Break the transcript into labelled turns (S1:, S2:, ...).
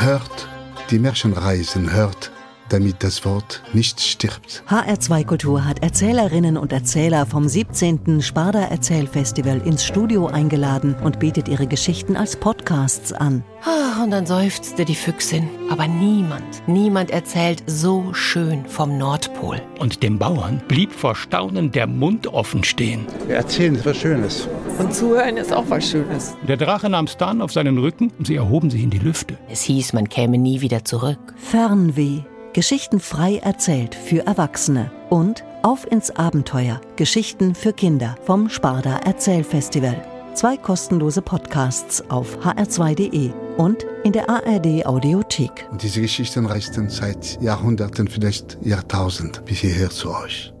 S1: Hört, die Märchenreisen hört, damit das Wort nicht stirbt.
S2: HR2 Kultur hat Erzählerinnen und Erzähler vom 17. Sparda Erzählfestival ins Studio eingeladen und bietet ihre Geschichten als Podcasts an.
S3: Ah, Und dann seufzte die Füchsin. Aber niemand, niemand erzählt so schön vom Nordpol.
S4: Und dem Bauern blieb vor Staunen der Mund offen stehen.
S5: Erzählen ist was Schönes.
S6: Und zuhören ist auch was Schönes.
S4: Der Drache nahm Stan auf seinen Rücken, sie erhoben sich in die Lüfte.
S3: Es hieß, man käme nie wieder zurück.
S2: Fernweh. Geschichten frei erzählt für Erwachsene. Und Auf ins Abenteuer. Geschichten für Kinder vom Sparda Erzählfestival. Zwei kostenlose Podcasts auf hr2.de und in der ARD Audiothek.
S1: Und diese Geschichten reisten seit Jahrhunderten, vielleicht Jahrtausend, bis hierher zu euch.